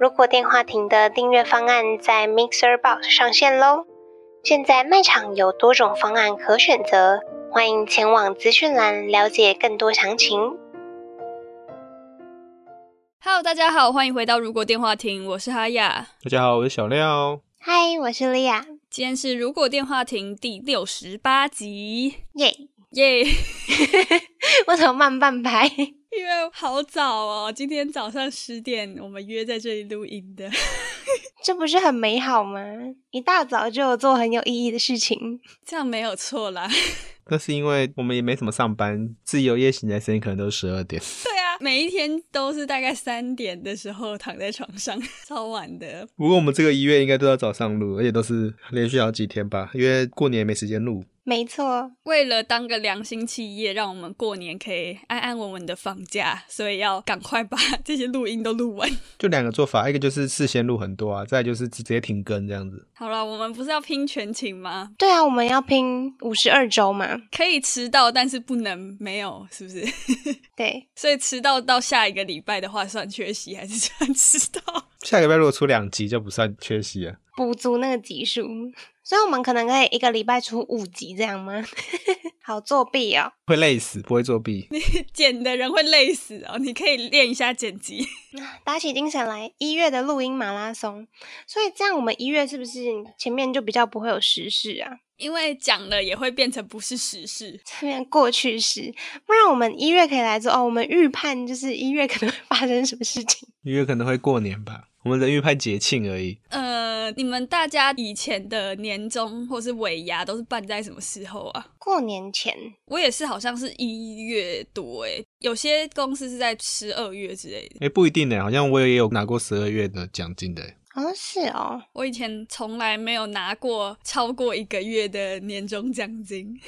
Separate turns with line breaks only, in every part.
如果电话亭的订阅方案在 Mixer Box 上线喽。现在卖场有多种方案可选择，欢迎前往资讯栏了解更多详情。
Hello，大家好，欢迎回到《如果电话亭》，我是哈雅。
大家好，我是小廖。
嗨，我是莉亚，
今天是《如果电话亭》第六十八集，
耶！
耶、
我怎么慢半拍？
因为好早哦，今天早上十点我们约在这里录音 的。
这不是很美好吗？一大早就有做很有意义的事情。
这样没有错啦。
那是因为我们也没怎么上班，自由夜醒来时间可能都十二点。
对啊，每一天都是大概三点的时候躺在床上， 超晚的。
不过我们这个一月应该都要早上录，而且都是连续好几天吧，因为过年也没时间录。
没错，
为了当个良心企业，让我们过年可以安安稳稳的放假，所以要赶快把这些录音都录完。
就两个做法，一个就是事先录很多啊，再来就是直接停更这样子。
好了，我们不是要拼全勤吗？
对啊，我们要拼五十二周嘛。
可以迟到，但是不能没有，是不是？
对，
所以迟到到下一个礼拜的话，算缺席还是算迟到？
下个礼拜如果出两集就不算缺席啊了。
补足那个集数，所以我们可能可以一个礼拜出五集这样吗？ 好作弊哦！
会累死，不会作弊。
剪的人会累死哦，你可以练一下剪辑。
打起精神来，一月的录音马拉松。所以这样，我们一月是不是前面就比较不会有时事啊？
因为讲了也会变成不是实事，
这边过去式，不然我们一月可以来做哦。我们预判就是一月可能会发生什么事情。
因为可能会过年吧，我们人预派节庆而已。
呃，你们大家以前的年终或是尾牙都是办在什么时候啊？
过年前，
我也是，好像是一月多诶，有些公司是在十二月之类的。
哎，不一定呢，好像我也有拿过十二月的奖金的。
好、像是哦，
我以前从来没有拿过超过一个月的年终奖金，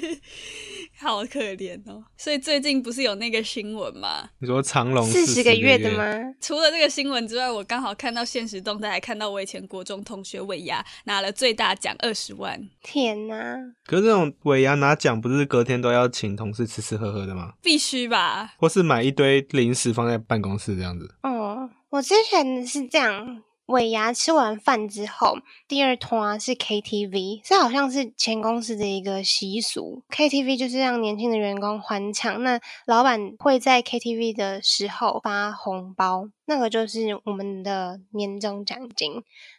好可怜哦。所以最近不是有那个新闻吗？
你说长隆
四
40
十
个
个月的？吗？
除了这个新闻之外，我刚好看到现实动态，还看到我以前国中同学尾牙拿了最大奖二十万，
天哪，
可是这种尾牙拿奖不是隔天都要请同事吃吃喝喝的吗？
必须吧？
或是买一堆零食放在办公室这样子。
哦，我之前是这样，尾牙吃完饭之后，第二团是 KTV，这好像是前公司的一个习俗。KTV 就是让年轻的员工欢唱，那老板会在 KTV 的时候发红包，那个就是我们的年终奖金。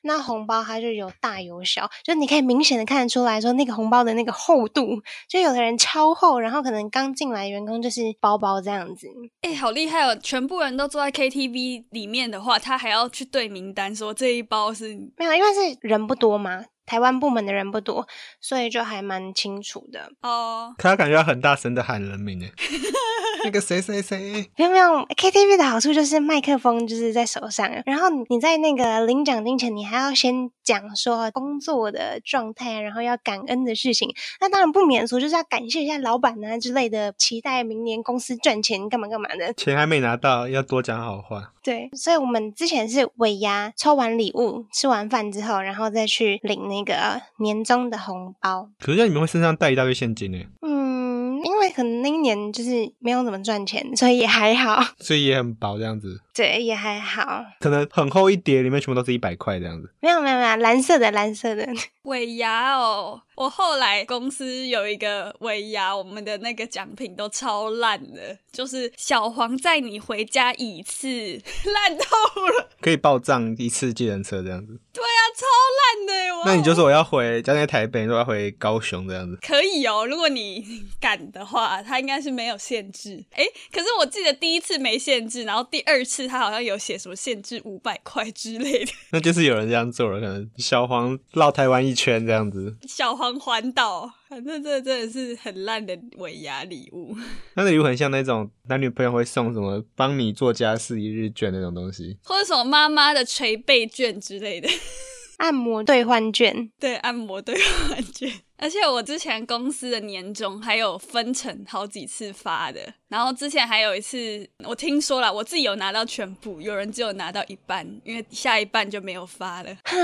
那红包它就有大有小，就你可以明显的看得出来说那个红包的那个厚度，就有的人超厚，然后可能刚进来员工就是薄薄这样子。
哎、好厉害哦！全部人都坐在 KTV 里面的话，他还要去对名单说这一包是
没有，啊因为是人不多嘛，台湾部门的人不多，所以就还蛮清楚的。
哦。
他感觉他很大声的喊人名诶，那个谁谁谁，
没有没有，KTV 的好处就是麦克风就是在手上，啊然后你在那个领奖金前，你还要先讲说工作的状态，啊然后要感恩的事情。那当然不免俗，就是要感谢一下老板啊之类的，期待明年公司赚钱干嘛干嘛的。
钱还没拿到，要多讲好话。
对，所以我们之前是尾牙抽完礼物、吃完饭之后，然后再去领那个年终的红包。
可是你们会身上带一大堆现金诶，
嗯，因为可能那一年就是没有怎么赚钱，所以也还好，
所以也很薄这样子，
对，也还好。
可能很厚一叠，里面全部都是一百块这样子。
没有没有没有，蓝色的蓝色的，
尾牙哦，我后来公司有一个尾牙，我们的那个奖品都超烂的，就是小黄载你回家一次，烂透了，
可以报账一次计程车这样子，
对啊，超烂的耶！哇哦
那你就说我要回，假如你在台北，你说我要回高雄这样子。
可以哦，如果你敢的话，它应该是没有限制。诶，可是我记得第一次没限制，然后第二次它好像有写什么限制五百块之类的，
那就是有人这样做了，可能小黄绕台湾一圈这样子。
小黄环岛，反正这真的是很烂的尾牙礼物。
那礼物很像那种男女朋友会送什么帮你做家事一日券那种东西。
或者什么妈妈的捶背券之类的，
按摩兑换券，
对， 按摩兑换券。而且我之前公司的年终还有分成好几次发的，然后之前还有一次我听说了，我自己有拿到全部，有人只有拿到一半，因为下一半就没有发了。
哈，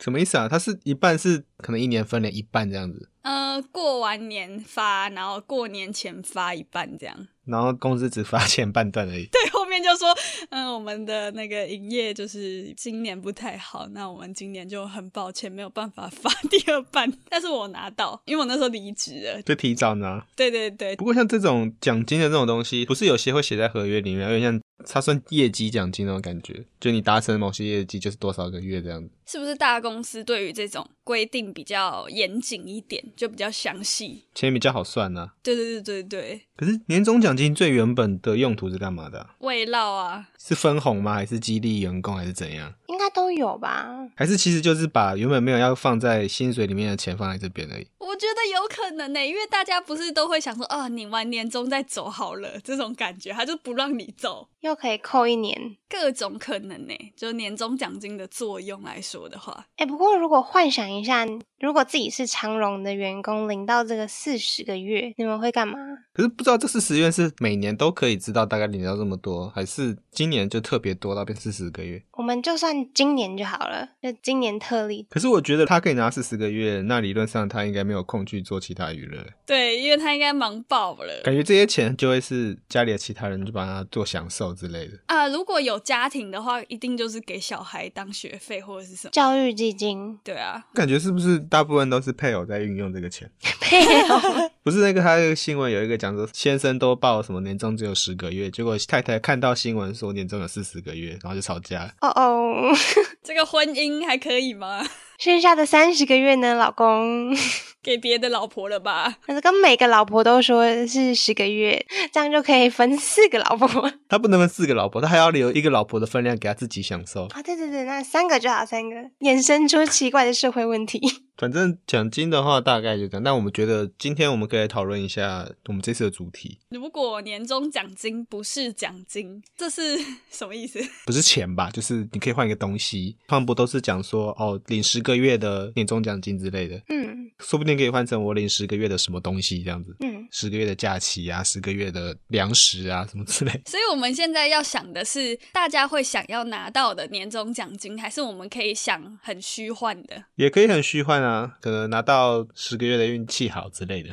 什么意思啊？它是一半是可能一年分了一半这样子，
呃，过完年发，然后过年前发一半这样。
然后工资只发前半段而已。
对，后面就说，嗯、我们的那个营业就是今年不太好，那我们今年就很抱歉没有办法发 第二半，但是我拿到，因为我那时候离职了。
就提早拿。
对对对
不过像这种奖金的这种东西，不是有些会写在合约里面，有点像它算业绩奖金那种感觉，就你达成某些业绩就是多少个月这样子。
是不是大公司对于这种规定比较严谨一点，就比较详细？
钱比较好算呐、
对对对对对，
可是年终奖金最原本的用途是干嘛的啊、
味道啊，
是分红吗？还是激励员工？还是怎样？
应该都有吧？
还是其实就是把原本没有要放在薪水里面的钱放在这边而已？
我觉得有可能呢、欸因为大家不是都会想说，哦，你晚年中再走好了，这种感觉，他就不让你走。
又可以扣一年。
各种可能呢、就年终奖金的作用来说的话，
哎，不过如果幻想一下，如果自己是长荣的员工，领到这个四十个月，你们会干嘛？
可是不知道这四十月是每年都可以知道大概领到这么多，还是今年就特别多到变四十个月？
我们就算今年就好了，就今年特例。
可是我觉得他可以拿四十个月，那理论上他应该没有空去做其他娱乐，
对，因为他应该忙爆了
感觉这些钱就会是家里的其他人就帮他做享受之类的。
啊、如果有家庭的话，一定就是给小孩当学费或者是什么。
教育基金
对啊，
感觉是不是大部分都是配偶在运用这个钱？
配偶，
不是那个他那个新闻有一个讲说，先生都报什么年终只有十个月，结果太太看到新闻说年终有四十个月，然后就吵架了。
哦哦，
这个婚姻还可以吗？
剩下的三十个月呢，老公，
给别的老婆了吧？
我跟每个老婆都说是十个月，这样就可以分四个老婆
他不能分四个老婆，他还要留一个老婆的分量给他自己享受。
啊。对对对，那三个就好，三个衍生出奇怪的社会问题。
反正奖金的话大概就这样，但我们觉得今天我们可以来讨论一下我们这次的主题，
如果年终奖金不是奖金，这是 什么意思？
不是钱吧，就是你可以换一个东西。胖不都是讲说哦，领十个月的年终奖金之类的，
嗯
说不定可以换成我领十个月的什么东西这样子，
嗯，
十个月的假期啊，十个月的粮食啊什么之类。
所以我们现在要想的是，大家会想要拿到的年终奖金，还是我们可以想很虚幻的？
也可以很虚幻啊，可能拿到十个月的运气好之类的。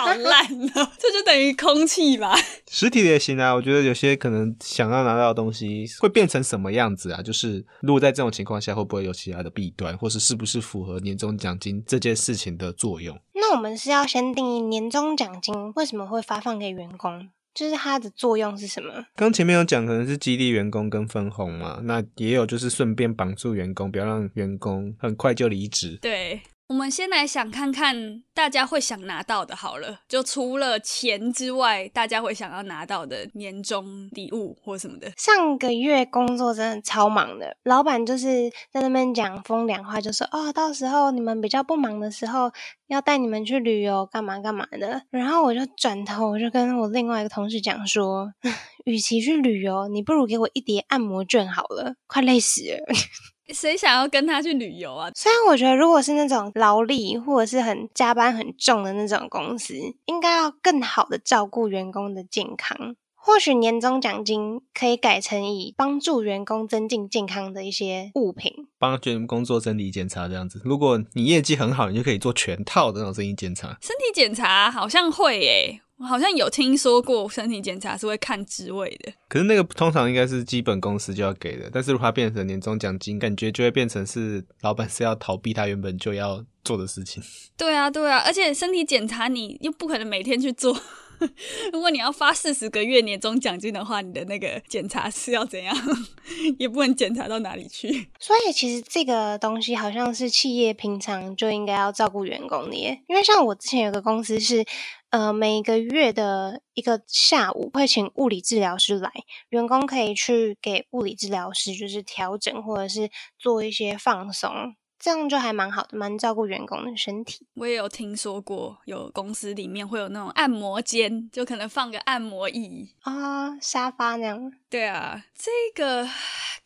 好烂哦，这就等于空气吧？
实体的也行啊，我觉得有些可能想要拿到的东西会变成什么样子啊？就是如果在这种情况下，会不会有其他的弊端，或是是不是符合年终奖金这件事情的作用？
那我们是要先定义年终奖金为什么会发放给员工，就是它的作用是什么？
刚前面有讲，可能是激励员工跟分红嘛，那也有就是顺便绑住员工，不要让员工很快就离职。
对，我们先来想看看大家会想拿到的，好了，就除了钱之外，大家会想要拿到的年终礼物或什么的。
上个月工作真的超忙的，老板就是在那边讲风凉话，就说哦，到时候你们比较不忙的时候，要带你们去旅游，干嘛干嘛的。然后我就转头，我就跟我另外一个同事讲说， 与其去旅游，你不如给我一叠按摩券好了，快累死了。
谁想要跟他去旅游啊？
虽然我觉得，如果是那种劳力或者是很加班很重的那种公司，应该要更好的照顾员工的健康。或许年终奖金可以改成以帮助员工增进健康的一些物品。
帮员工做生理检查这样子，如果你业绩很好，你就可以做全套的那种生理检查。
身体检查好像会诶、我好像有听说过身体检查是会看职位的。
可是那个通常应该是基本工资就要给的，但是如果它变成年终奖金，感觉就会变成是老板是要逃避他原本就要做的事情。
对啊，对啊，而且身体检查你又不可能每天去做， 如果你要发四十个月年终奖金的话，你的那个检查是要怎样， 也不能检查到哪里去。
所以其实这个东西好像是企业平常就应该要照顾员工的耶，因为像我之前有个公司是，呃，每个月的一个下午会请物理治疗师来，员工可以去给物理治疗师就是调整或者是做一些放松，这样就还蛮好的，蛮照顾员工的身体。
我也有听说过，有公司里面会有那种按摩间，就可能放个按摩椅。
啊、沙发那样吗，
对啊，这个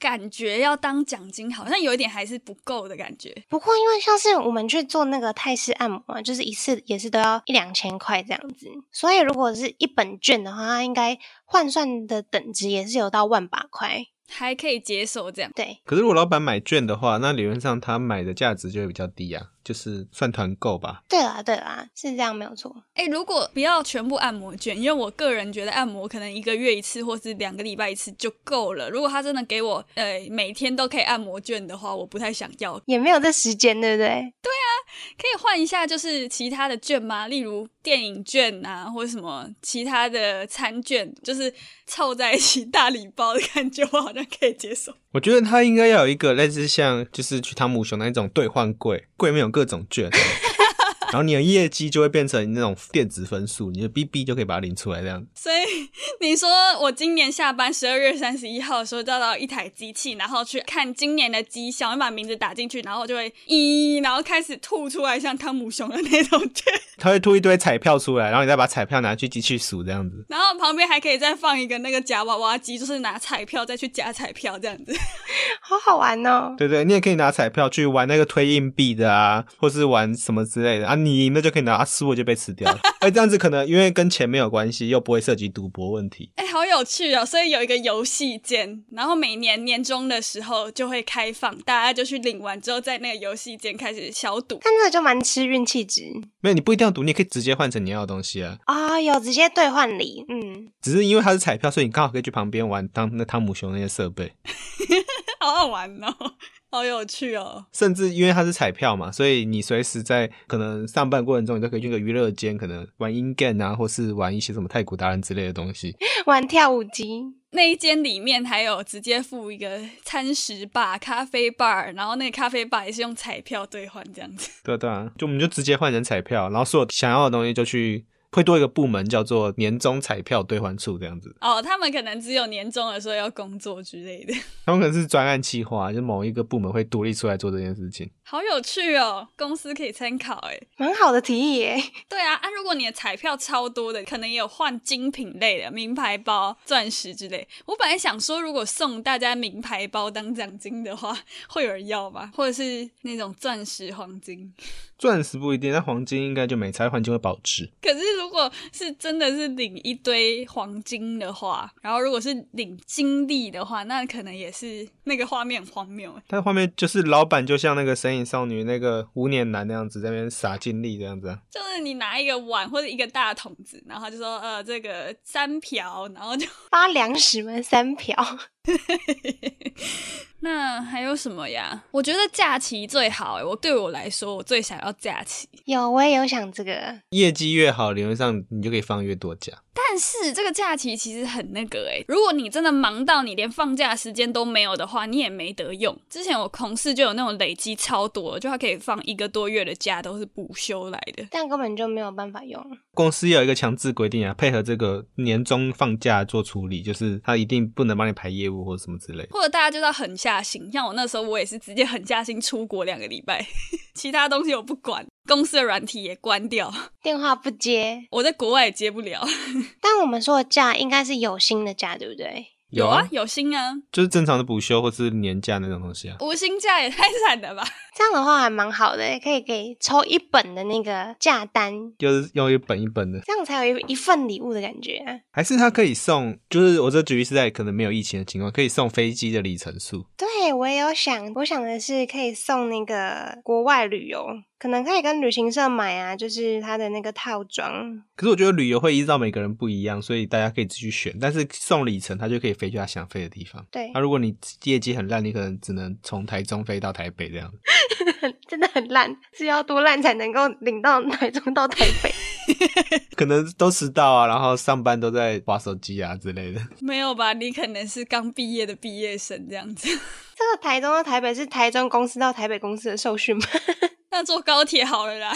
感觉要当奖金，好像有一点还是不够的感觉。
不过因为像是我们去做那个泰式按摩啊，就是一次也是都要一两千块这样子，所以如果是一本券的话，它应该换算的等值也是有到万把块。
还可以接受这样，
对，
可是如果老板买券的话，那理论上他买的价值就会比较低啊， 就是算团购吧。
对啦，对啦，是这样没有错。
哎、如果不要全部按摩券，因为我个人觉得按摩可能一个月一次或是两个礼拜一次就够了。如果他真的给我呃每天都可以按摩券的话，我不太想要。
也没有这时间，对不对？
可以换一下就是其他的券吗？例如电影券啊，或者什么其他的餐券，就是凑在一起大礼包的感觉，我好像可以接受。
我觉得他应该要有一个类似像就是去汤姆熊那一种兑换柜，柜里面有各种券， 然后你的业绩就会变成那种电子分数，你的 BB 就可以把它领出来这样。
所以你说我今年下班十二月三十一号的时候，调到一台机器，然后去看今年的绩效，我把名字打进去，然后就会咦，然后开始吐出来像汤姆熊的那种券，
他会吐一堆彩票出来，然后你再把彩票拿去机器数这样子。
然后旁边还可以再放一个那个夹娃娃机，就是拿彩票再去夹彩票这样子。
好好玩 哦。
对对，你也可以拿彩票去玩那个推硬币的啊，或是玩什么之类的啊。你赢了就可以拿，啊、输了就被吃掉了。哎，这样子可能因为跟钱没有关系，又不会涉及赌博问题。
哎、好有趣哦！所以有一个游戏间，然后每年年终的时候就会开放，大家就去领完之后，在那个游戏间开始小赌。
但这个就蛮吃运气值
没有，你不一定要赌，你也可以直接换成你要的东西啊。
啊、有直接兑换礼，嗯，
只是因为它是彩票，所以你刚好可以去旁边玩当那汤姆熊那些设备。
好好玩哦，好有趣哦！
甚至因为它是彩票嘛，所以你随时在可能上班过程中，你都可以去个娱乐间，可能玩 in game 啊，或是玩一些什么太古达人之类的东西。
玩跳舞机，
那一间里面还有直接附一个餐食吧、咖啡吧，然后那个咖啡吧也是用彩票兑换这样子。
对啊对啊，就我们就直接换成彩票，然后所有想要的东西就去。会多一个部门叫做年终彩票兑换处这样子，
哦，他们可能只有年终的时候要工作之类的，
他们可能是专案企划，就某一个部门会独立出来做这件事情。
好有趣哦！公司可以参考哎。
蛮好的提议耶。
对啊，啊，如果你的彩票超多的，可能也有换精品类的，名牌包、钻石之类。我本来想说，如果送大家名牌包当奖金的话，会有人要吗？或者是那种钻石、黄金？
钻石不一定，但黄金应该就没差，黄金会保值。
可是如果是真的是领一堆黄金的话，然后如果是领金币的话，那可能也是那个画面很荒谬欸。
但画面就是老板就像那个《神隐少女》那个无脸男那样子，在那边撒尽力这样子、啊。
就是你拿一个碗或者一个大桶子，然后就说呃这个三瓢，然后就
发粮食们三瓢，
那还有什么呀？我觉得假期最好、欸，我对我来说，我最想要假期。
有我也有想这个，
业绩越好，理论上你就可以放越多假。
但是这个假期其实很那个哎、如果你真的忙到你连放假时间都没有的话，你也没得用。之前我同事就有那种累积超多，就他可以放一个多月的假，都是补休来的。
但根本就没有办法用。
公司也有一个强制规定啊，配合这个年终放假做处理，就是他一定不能帮你排业务或什么之类的。
或者大家就要狠下心，像我那时候我也是直接狠下心出国两个礼拜， 其他东西我不管，公司的软体也关掉，
电话不接，
我在国外也接不了。
但我们说的假应该是有薪的假，对不对？
有啊，，有薪啊，
就是正常的补休或是年假那种东西啊。
无薪假也太惨了吧！
这样的话还蛮好的，可以给抽一本的那个假单，
就是用一本一本的，
这样才有一一份礼物的感觉啊。
还是他可以送，就是我这举例是在可能没有疫情的情况，可以送飞机的里程数。
对，我也有想，我想的是可以送那个国外旅游，可能可以跟旅行社买啊，就是它的那个套装。
可是我觉得旅游会依照每个人不一样，所以大家可以自己选。但是送里程，他就可以飞去他想飞的地方。
对
那、，如果你业绩很烂，你可能只能从台中飞到台北这样。
真的很烂，是要多烂才能够领到台中到台北？
可能都迟到啊，然后上班都在划手机啊之类的。
没有吧？你可能是刚毕业的毕业生这样子。
这个台中到台北是台中公司到台北公司的受训吗？
那坐高铁好了啦。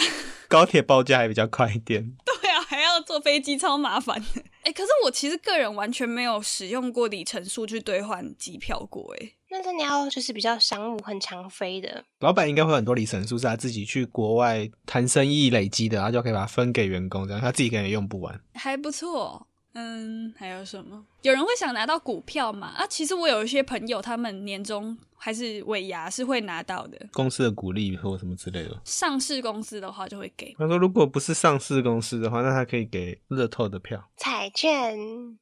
高铁报价还比较快一点。
对啊， 还要坐飞机，超麻烦 的。哎、可是我其实个人完全没有使用过里程数去兑换机票过、哎，
那真的要就是比较商务很常飞的，
老板应该会有很多里程数是他自己去国外谈生意累积的，然后就可以把它分给员工，这样他自己可能也用不完。
还不错。嗯，还有什么？有人会想拿到股票嘛？啊，其实我有一些朋友，他们年终还是尾牙是会拿到的。
公司的鼓励或什么之类的。
上市公司的话就会给，
他说，如果不是上市公司的话，那他可以给乐透的票，
彩券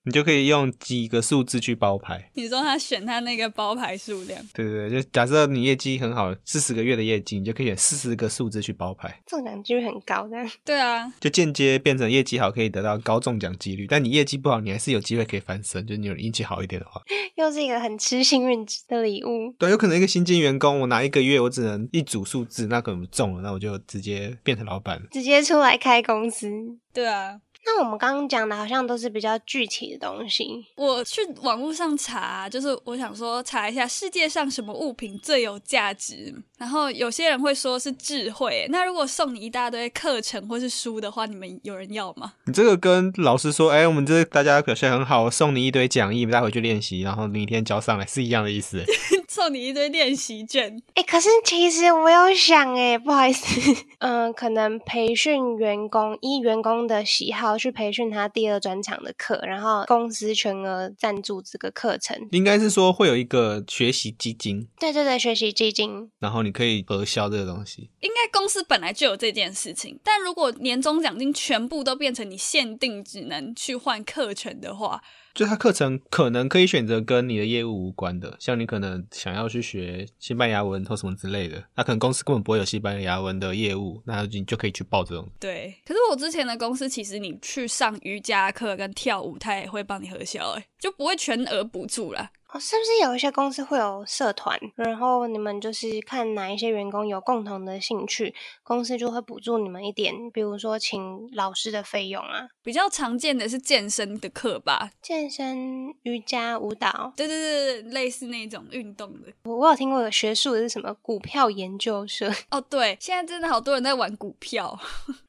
你就可以用几个数字去包牌。
你说他选他那个包牌数量，
对对对，就假设你业绩很好，四十个月的业绩，你就可以选四十个数字去包牌，
中奖几率很高，但
对啊，
就间接变成业绩好可以得到高中奖几率，但你业绩不好，你还是有机会可以翻身，就是你有运气好一点的话。
又是一个很吃幸运的礼物。
对，有可能一个新进员工，我拿一个月我只能一组数字，那可能中了，那我就直接变成老板了。
直接出来开公司。
对啊。
那我们刚刚讲的好像都是比较具体的东西，
我去网络上查，啊就是我想说查一下世界上什么物品最有价值。然后有些人会说是智慧，那如果送你一大堆课程或是书的话，你们有人要吗？
你这个跟老师说，哎、我们这大家表现很好，我送你一堆讲义，带回去练习，然后明天交上来是一样的意思。
送你一堆练习卷，
哎、可是其实我有想、哎，不好意思，嗯，可能培训员工依员工的喜好去培训他第二专场的课，然后公司全额赞助这个课程。
应该是说会有一个学习基金，
对对对，学习基金，
然后你可以核销这个东西。
应该公司本来就有这件事情，但如果年终奖金全部都变成你限定只能去换课程的话，
就它课程可能可以选择跟你的业务无关的，像你可能想要去学西班牙文或什么之类的，那可能公司根本不会有西班牙文的业务，那你就可以去报这种。
对。可是我之前的公司，其实你去上瑜伽课跟跳舞，他也会帮你核销，哎，就不会全额补助啦。
哦，是不是有一些公司会有社团，然后你们就是看哪一些员工有共同的兴趣，公司就会补助你们一点，比如说请老师的费用啊，
比较常见的是健身的课吧，
健身、瑜伽、舞蹈。
对对对，对类似那种运动的。
我我有听过有学术的是什么股票研究社，
哦，对，现在真的好多人在玩股票，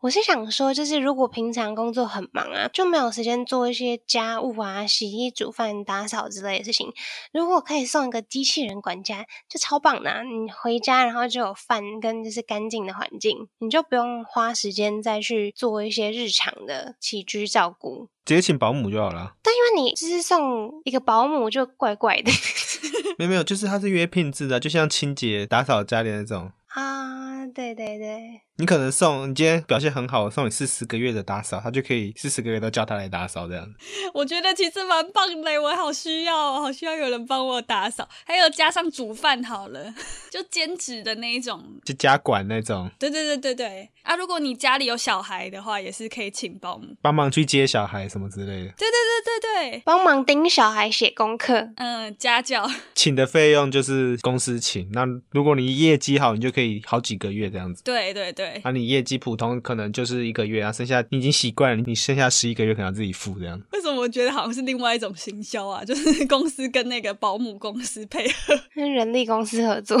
我是想说，就是如果平常工作很忙啊，就没有时间做一些家务啊、洗衣、煮饭、打扫之类的事情。如果可以送一个机器人管家，就超棒的啊、你回家然后就有饭跟就是干净的环境，你就不用花时间再去做一些日常的起居照顾。
直接请保姆就好了。啊
但因为你就是送一个保姆，就怪怪的
没有没有，就是它是约聘制的，就像清洁、打扫家里那种。
啊，对对对。
你可能送你今天表现很好，我送你四十个月的打扫，他就可以四十个月都叫他来打扫这样。
我觉得其实蛮棒的，欸我好需要哦，好需要有人帮我打扫，还有加上煮饭好了， 就兼职的那一种。
就家管那种，
对对对对对啊！如果你家里有小孩的话，也是可以请保姆。
帮忙去接小孩什么之类的，
对对对对对，
帮忙盯小孩写功课，
嗯，家教。
请的费用就是公司请。那如果你业绩好，你就可以好几个月这样子。
对对对，
啊，你业绩普通可能就是一个月，啊然后剩下你已经习惯了，你剩下十一个月可能要自己付这样。
为什么我觉得好像是另外一种行销啊？ 就是公司跟那个保姆公司配合。
跟人力公司合作。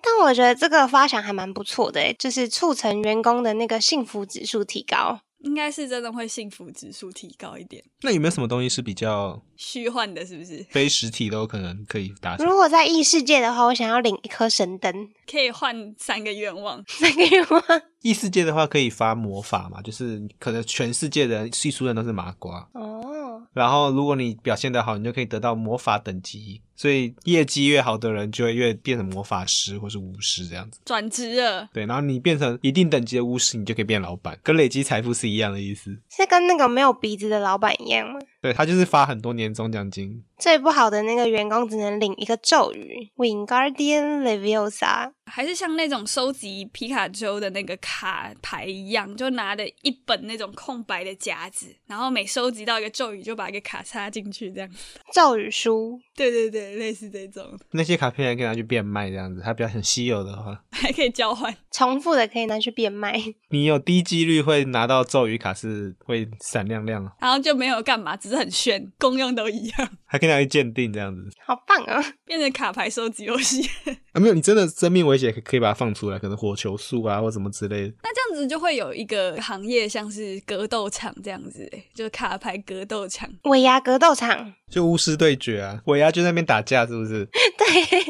但我觉得这个发想还蛮不错的诶，欸就是促成员工的那个幸福指数提高。
应该是真的会幸福指数提高一点，
那有没有什么东西是比较
虚幻的，是不是？
非实体都可能可以达成？
如果在异世界的话，我想要领一颗神灯，
可以换三个愿望，
那个愿望
异世界的话可以发魔法嘛，就是可能全世界的人系数人都是麻瓜，
哦，
然后如果你表现得好，你就可以得到魔法等级，所以业绩越好的人就会越变成魔法师或是巫师这样子。
转职了。
对，然后你变成一定等级的巫师，你就可以变老板，跟累积财富是一样的意思。
是跟那个没有鼻子的老板一样吗？
对他就是发很多年终奖金，
最不好的那个员工只能领一个咒语 Wingardium Leviosa。
还是像那种收集皮卡丘的那个卡牌一样，就拿着一本那种空白的夹子，然后每收集到一个咒语，就把一个卡插进去，这样。
咒语书
对对对，类似这种，
那些卡片还可以拿去变卖，这样子，它比较很稀有的话，
还可以交换。
重复的可以拿去变卖。
你有低几率会拿到咒语卡是会闪亮亮的，
然后就没有干嘛，只是很炫，功用都一样，
还可以拿去鉴定这样子。
好棒啊！
变成卡牌收集游戏。
啊，没有，你真的生命危险可可以把它放出来，可能火球术啊或什么之类的。
那这样子就会有一个行业，像是格斗场这样子，欸就是卡牌格斗场。
尾牙格斗场，
就巫师对决啊，尾牙就在那边打架，是不是？
对，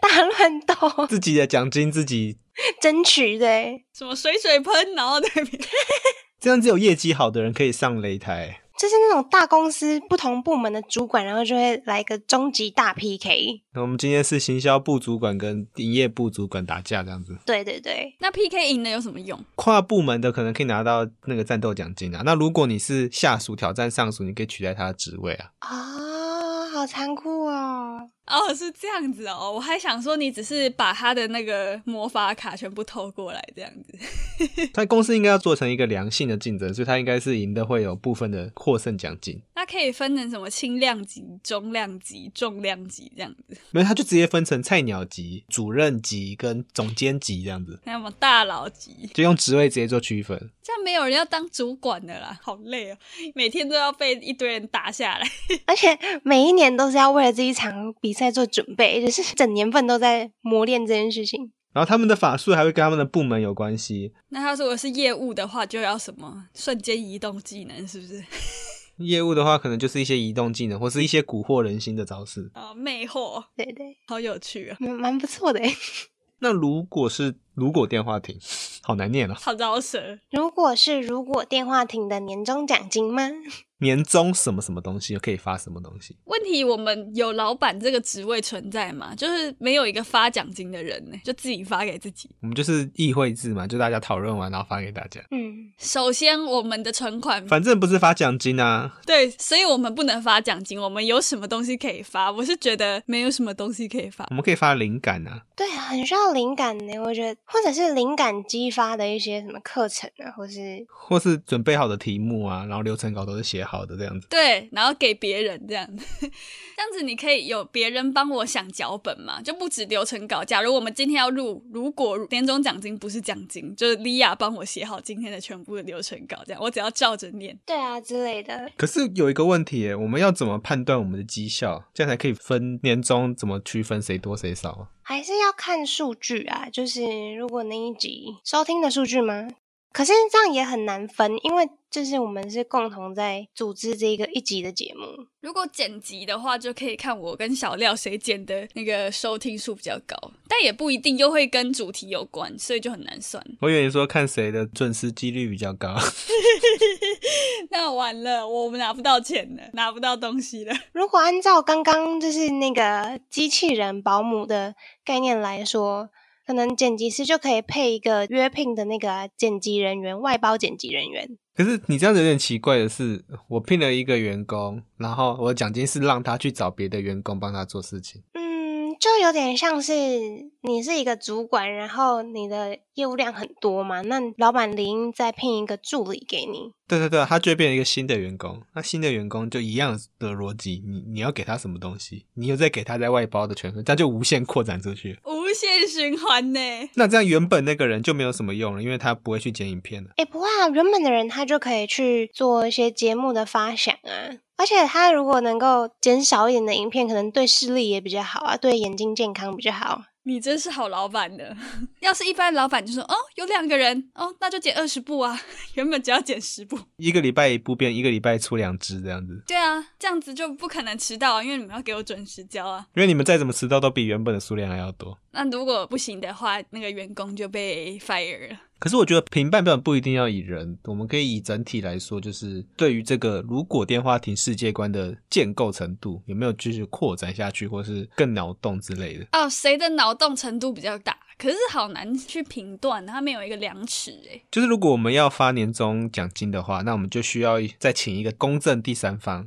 大乱斗，
自己的奖金自己，
争取对，
什么水水喷，然后对面
这样只有业绩好的人可以上擂台。
就是那种大公司不同部门的主管，然后就会来一个终极大 PK。
那我们今天是行销部主管跟营业部主管打架这样子，
对对对，
那 PK 赢了有什么用？
跨部门的可能可以拿到那个战斗奖金啊。那如果你是下属挑战上属，你可以取代他的职位啊。
啊、好残酷哦！
哦，是这样子哦，我还想说你只是把他的那个魔法卡全部偷过来这样子。
但公司应该要做成一个良性的竞争，所以他应该是赢的会有部分的获胜奖金。
那可以分成什么轻量级、中量级、重量级这样子，
没有，他就直接分成菜鸟级、主任级跟总监级这样子，
那么大佬级，
就用职位直接做区分。
这样没有人要当主管的啦，好累哦，每天都要被一堆人打下来。
而且每一年都是要为了这一场比赛做准备，就是整年份都在磨练这件事情。
然后他们的法术还会跟他们的部门有关系，
那他如果是业务的话，就要什么瞬间移动技能，是不是？
业务的话可能就是一些移动技能或是一些蛊惑人心的招式。
啊、魅惑，
对对，
好有趣啊、
蛮蛮不错的欸诶。
那如果是如果电话亭，好难念啊、
好饶舌。
如果是如果电话亭的年终奖金吗？
年终什么什么东西可以发什么东西？
问题我们有老板这个职位存在吗？就是没有一个发奖金的人呢，就自己发给自己。
我们就是议会制嘛，就大家讨论完然后发给大家，
嗯，
首先，我们的存款
反正不是发奖金啊。
对，所以我们不能发奖金，我们有什么东西可以发？我是觉得没有什么东西可以发
我。们可以发灵感啊，
对啊，很需要灵感呢，我觉得，或者是灵感激发的一些什么课程啊，或是
或是准备好的题目啊，然后流程稿都是写好的这样子。
对，然后给别人这样， 这样子你可以有别人帮我想脚本嘛，就不止流程稿。假如我们今天要录，如果年终奖金不是奖金，就是莉亚帮我写好今天的全部的流程稿，这样我只要照着念。
对啊之类的。
可是有一个问题耶，我们要怎么判断我们的绩效？这样才可以分年终怎么区分谁多谁少啊？
还是要看数据啊，就是如果那一集收听的数据吗？可是这样也很难分，因为就是我们是共同在组织这个一集的节目，
如果剪辑的话，就可以看我跟小廖谁剪的那个收听数比较高，但也不一定又会跟主题有关，所以就很难算。
我以为你说看谁的准时几率比较高，
那完了，我们拿不到钱了，拿不到东西了。
如果按照刚刚就是那个机器人保姆的概念来说，可能剪辑师就可以配一个约聘的那个啊剪辑人员，外包剪辑人员。
可是你这样子有点奇怪的是，我聘了一个员工，然后我的奖金是让他去找别的员工帮他做事情。
嗯，就有点像是你是一个主管，然后你的业务量很多嘛，那老板理应再聘一个助理给你。
对对对，他就会变成一个新的员工。那新的员工就一样的逻辑，你你要给他什么东西，你有在给他在外包的权分，这样就无限扩展出去。
无限循环呢？
那这样原本那个人就没有什么用了，因为他不会去剪影片了。
哎，不会啊，原本的人他就可以去做一些节目的发想啊，而且他如果能够减少一点的影片，可能对视力也比较好啊，对眼睛健康比较好。
你真是好老板呢。 要是一般老板就说哦，有两个人哦，那就减二十步啊， 原本只要减十步。
一个礼拜一部片，一个礼拜出两支这样子，
对啊，这样子就不可能迟到啊，因为你们要给我准时交啊。
因为你们再怎么迟到都比原本的数量还要多。
那如果不行的话，那个员工就被 fire 了。
可是我觉得评判标准不一定要以人，我们可以以整体来说，就是对于这个如果电话亭世界观的建构程度有没有继续扩展下去，或是更脑洞之类的。
哦，谁的脑洞程度比较大？可是好难去评断，他没有一个量尺欸诶。
就是如果我们要发年终奖金的话，那我们就需要再请一个公正第三方，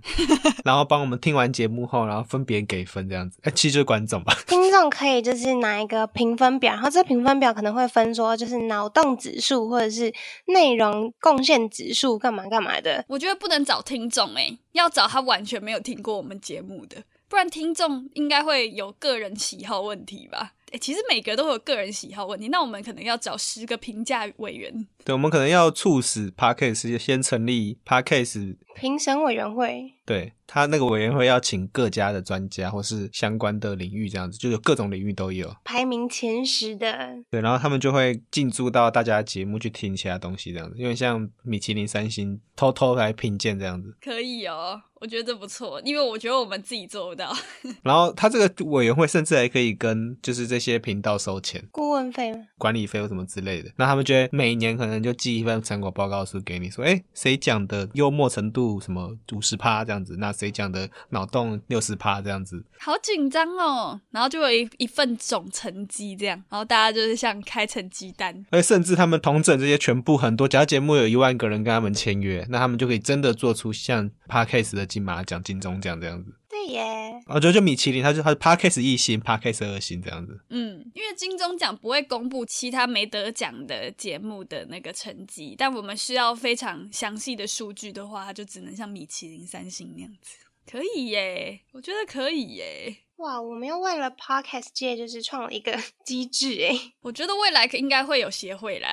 然后帮我们听完节目后，然后分别给分这样子。哎、其实就是观众吧。
听众可以就是拿一个评分表，然后这评分表可能会分说就是脑洞指数或者是内容贡献指数干嘛干嘛的。
欸我觉得不能找听众诶，要找他完全没有听过我们节目的。不然听众应该会有个人喜好问题吧？诶其实每个都会有个人喜好问题，那我们可能要找十个评价委员，
对，我们可能要促使 Parkes 先成立 Parkes，
评审委员会
对他那个委员会要请各家的专家或是相关的领域这样子，就有各种领域都有。
排名前十的，
对，然后他们就会进驻到大家的节目去听其他东西这样子，因为像米其林三星偷偷来评鉴这样子。
可以哦，我觉得这不错，因为我觉得我们自己做不到。
然后他这个委员会甚至还可以跟就是这些频道收钱、
顾问费吗？
管理费或什么之类的。那他们就会每年可能就寄一份成果报告书给你，说，哎，谁讲的幽默程度什么五十趴这样子，那谁讲的脑洞六十趴这样子。
好紧张哦，然后就有一一份总成绩这样，然后大家就是像开成绩单，
而甚至他们同整这些全部很多，假如节目有一万个人跟他们签约，那他们就可以真的做出像 Parkes 的金马奖、金钟奖这样子。
对耶，
我觉得就米其林，他就他是 Parkes 一星，Parkes 二星这样子。
嗯，因为金钟奖不会公布其他没得奖的节目的那个成绩，但我们需要非常详细的数据的话，它就只能像米其林三星那样子。可以耶，我觉得可以耶。
哇，我们又为了 podcast 界就是创了一个 机制哎，
我觉得未来应该会有协会啦。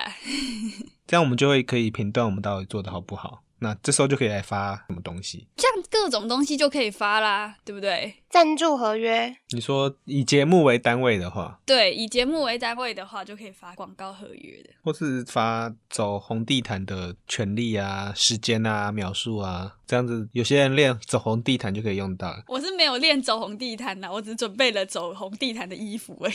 这样我们就会可以评断我们到底做的好不好。那这时候就可以来发什么东西？
这样各种东西就可以发啦，对不对？
赞助合约
你说以节目为单位的话，
对，以节目为单位的话，就可以发广告合约的。
或是发走红地毯的权利啊、时间啊、描述啊，这样子有些人练走红地毯就可以用到了。
我是没有练走红地毯啦，我只准备了走红地毯的衣服而已。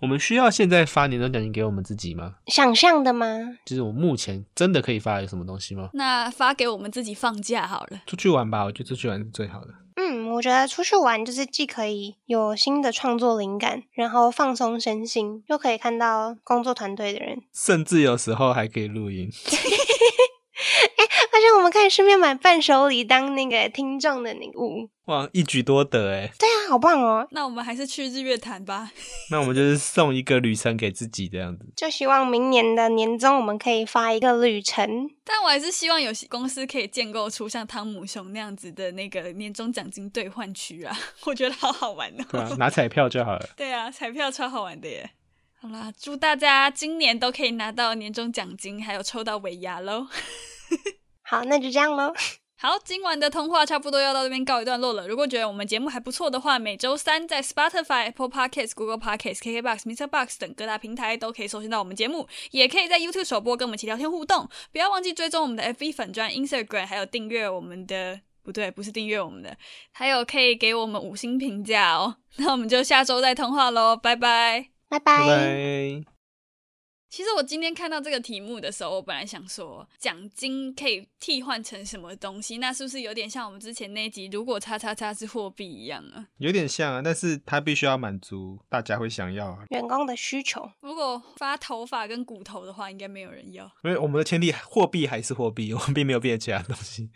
我们需要现在发年终奖金给我们自己吗？
想象的吗？
就是我目前真的可以发有什么东西吗？
那发给我们自己放假好了。
出去玩吧，我觉得出去玩是最好的。
嗯，我觉得出去玩就是既可以有新的创作灵感，然后放松身心，又可以看到工作团队的人，
甚至有时候还可以录音。
而且我们可以顺便买伴手礼当那个听众的礼物。
哇，一举多得哎！
对啊，好棒哦！
那我们还是去日月潭吧。
那我们就是送一个旅程给自己这样 子。
就希望明年的年终我们可以发一个旅程，
但我还是希望有些公司可以建构出像汤姆熊那样子的那个年终奖金兑换区啊， 我觉得好好玩哦。
对啊，拿彩票就好了。
对啊，彩票超好玩的耶！好啦，祝大家今年都可以拿到年终奖金，还有抽到尾牙喽。
好，那就这样喽。
好，今晚的通话差不多要到这边告一段落了。如果觉得我们节目还不错的话，每周三在 Spotify、Apple Podcasts、Google Podcasts、KKBox、Mr. Box 等各大平台都可以搜寻到我们节目，也可以在 YouTube 首播跟我们一起聊天互动。不要忘记追踪我们的 FB 粉专、Instagram，还有订阅我们的。不对，不是订阅我们的，还有可以给我们五星评价哦。那我们就下周再通话喽，拜拜。
拜
拜拜。
其实我今天看到这个题目的时候，我本来想说奖金可以替换成什么东西，那是不是有点像我们之前那一集“如果叉叉叉是货币”一样啊？
有点像啊，但是它必须要满足大家会想要啊。
员工的需求，
如果发头发跟骨头的话，应该没有人要。
因为我们的前提，货币还是货币，我们并没有变其他东西。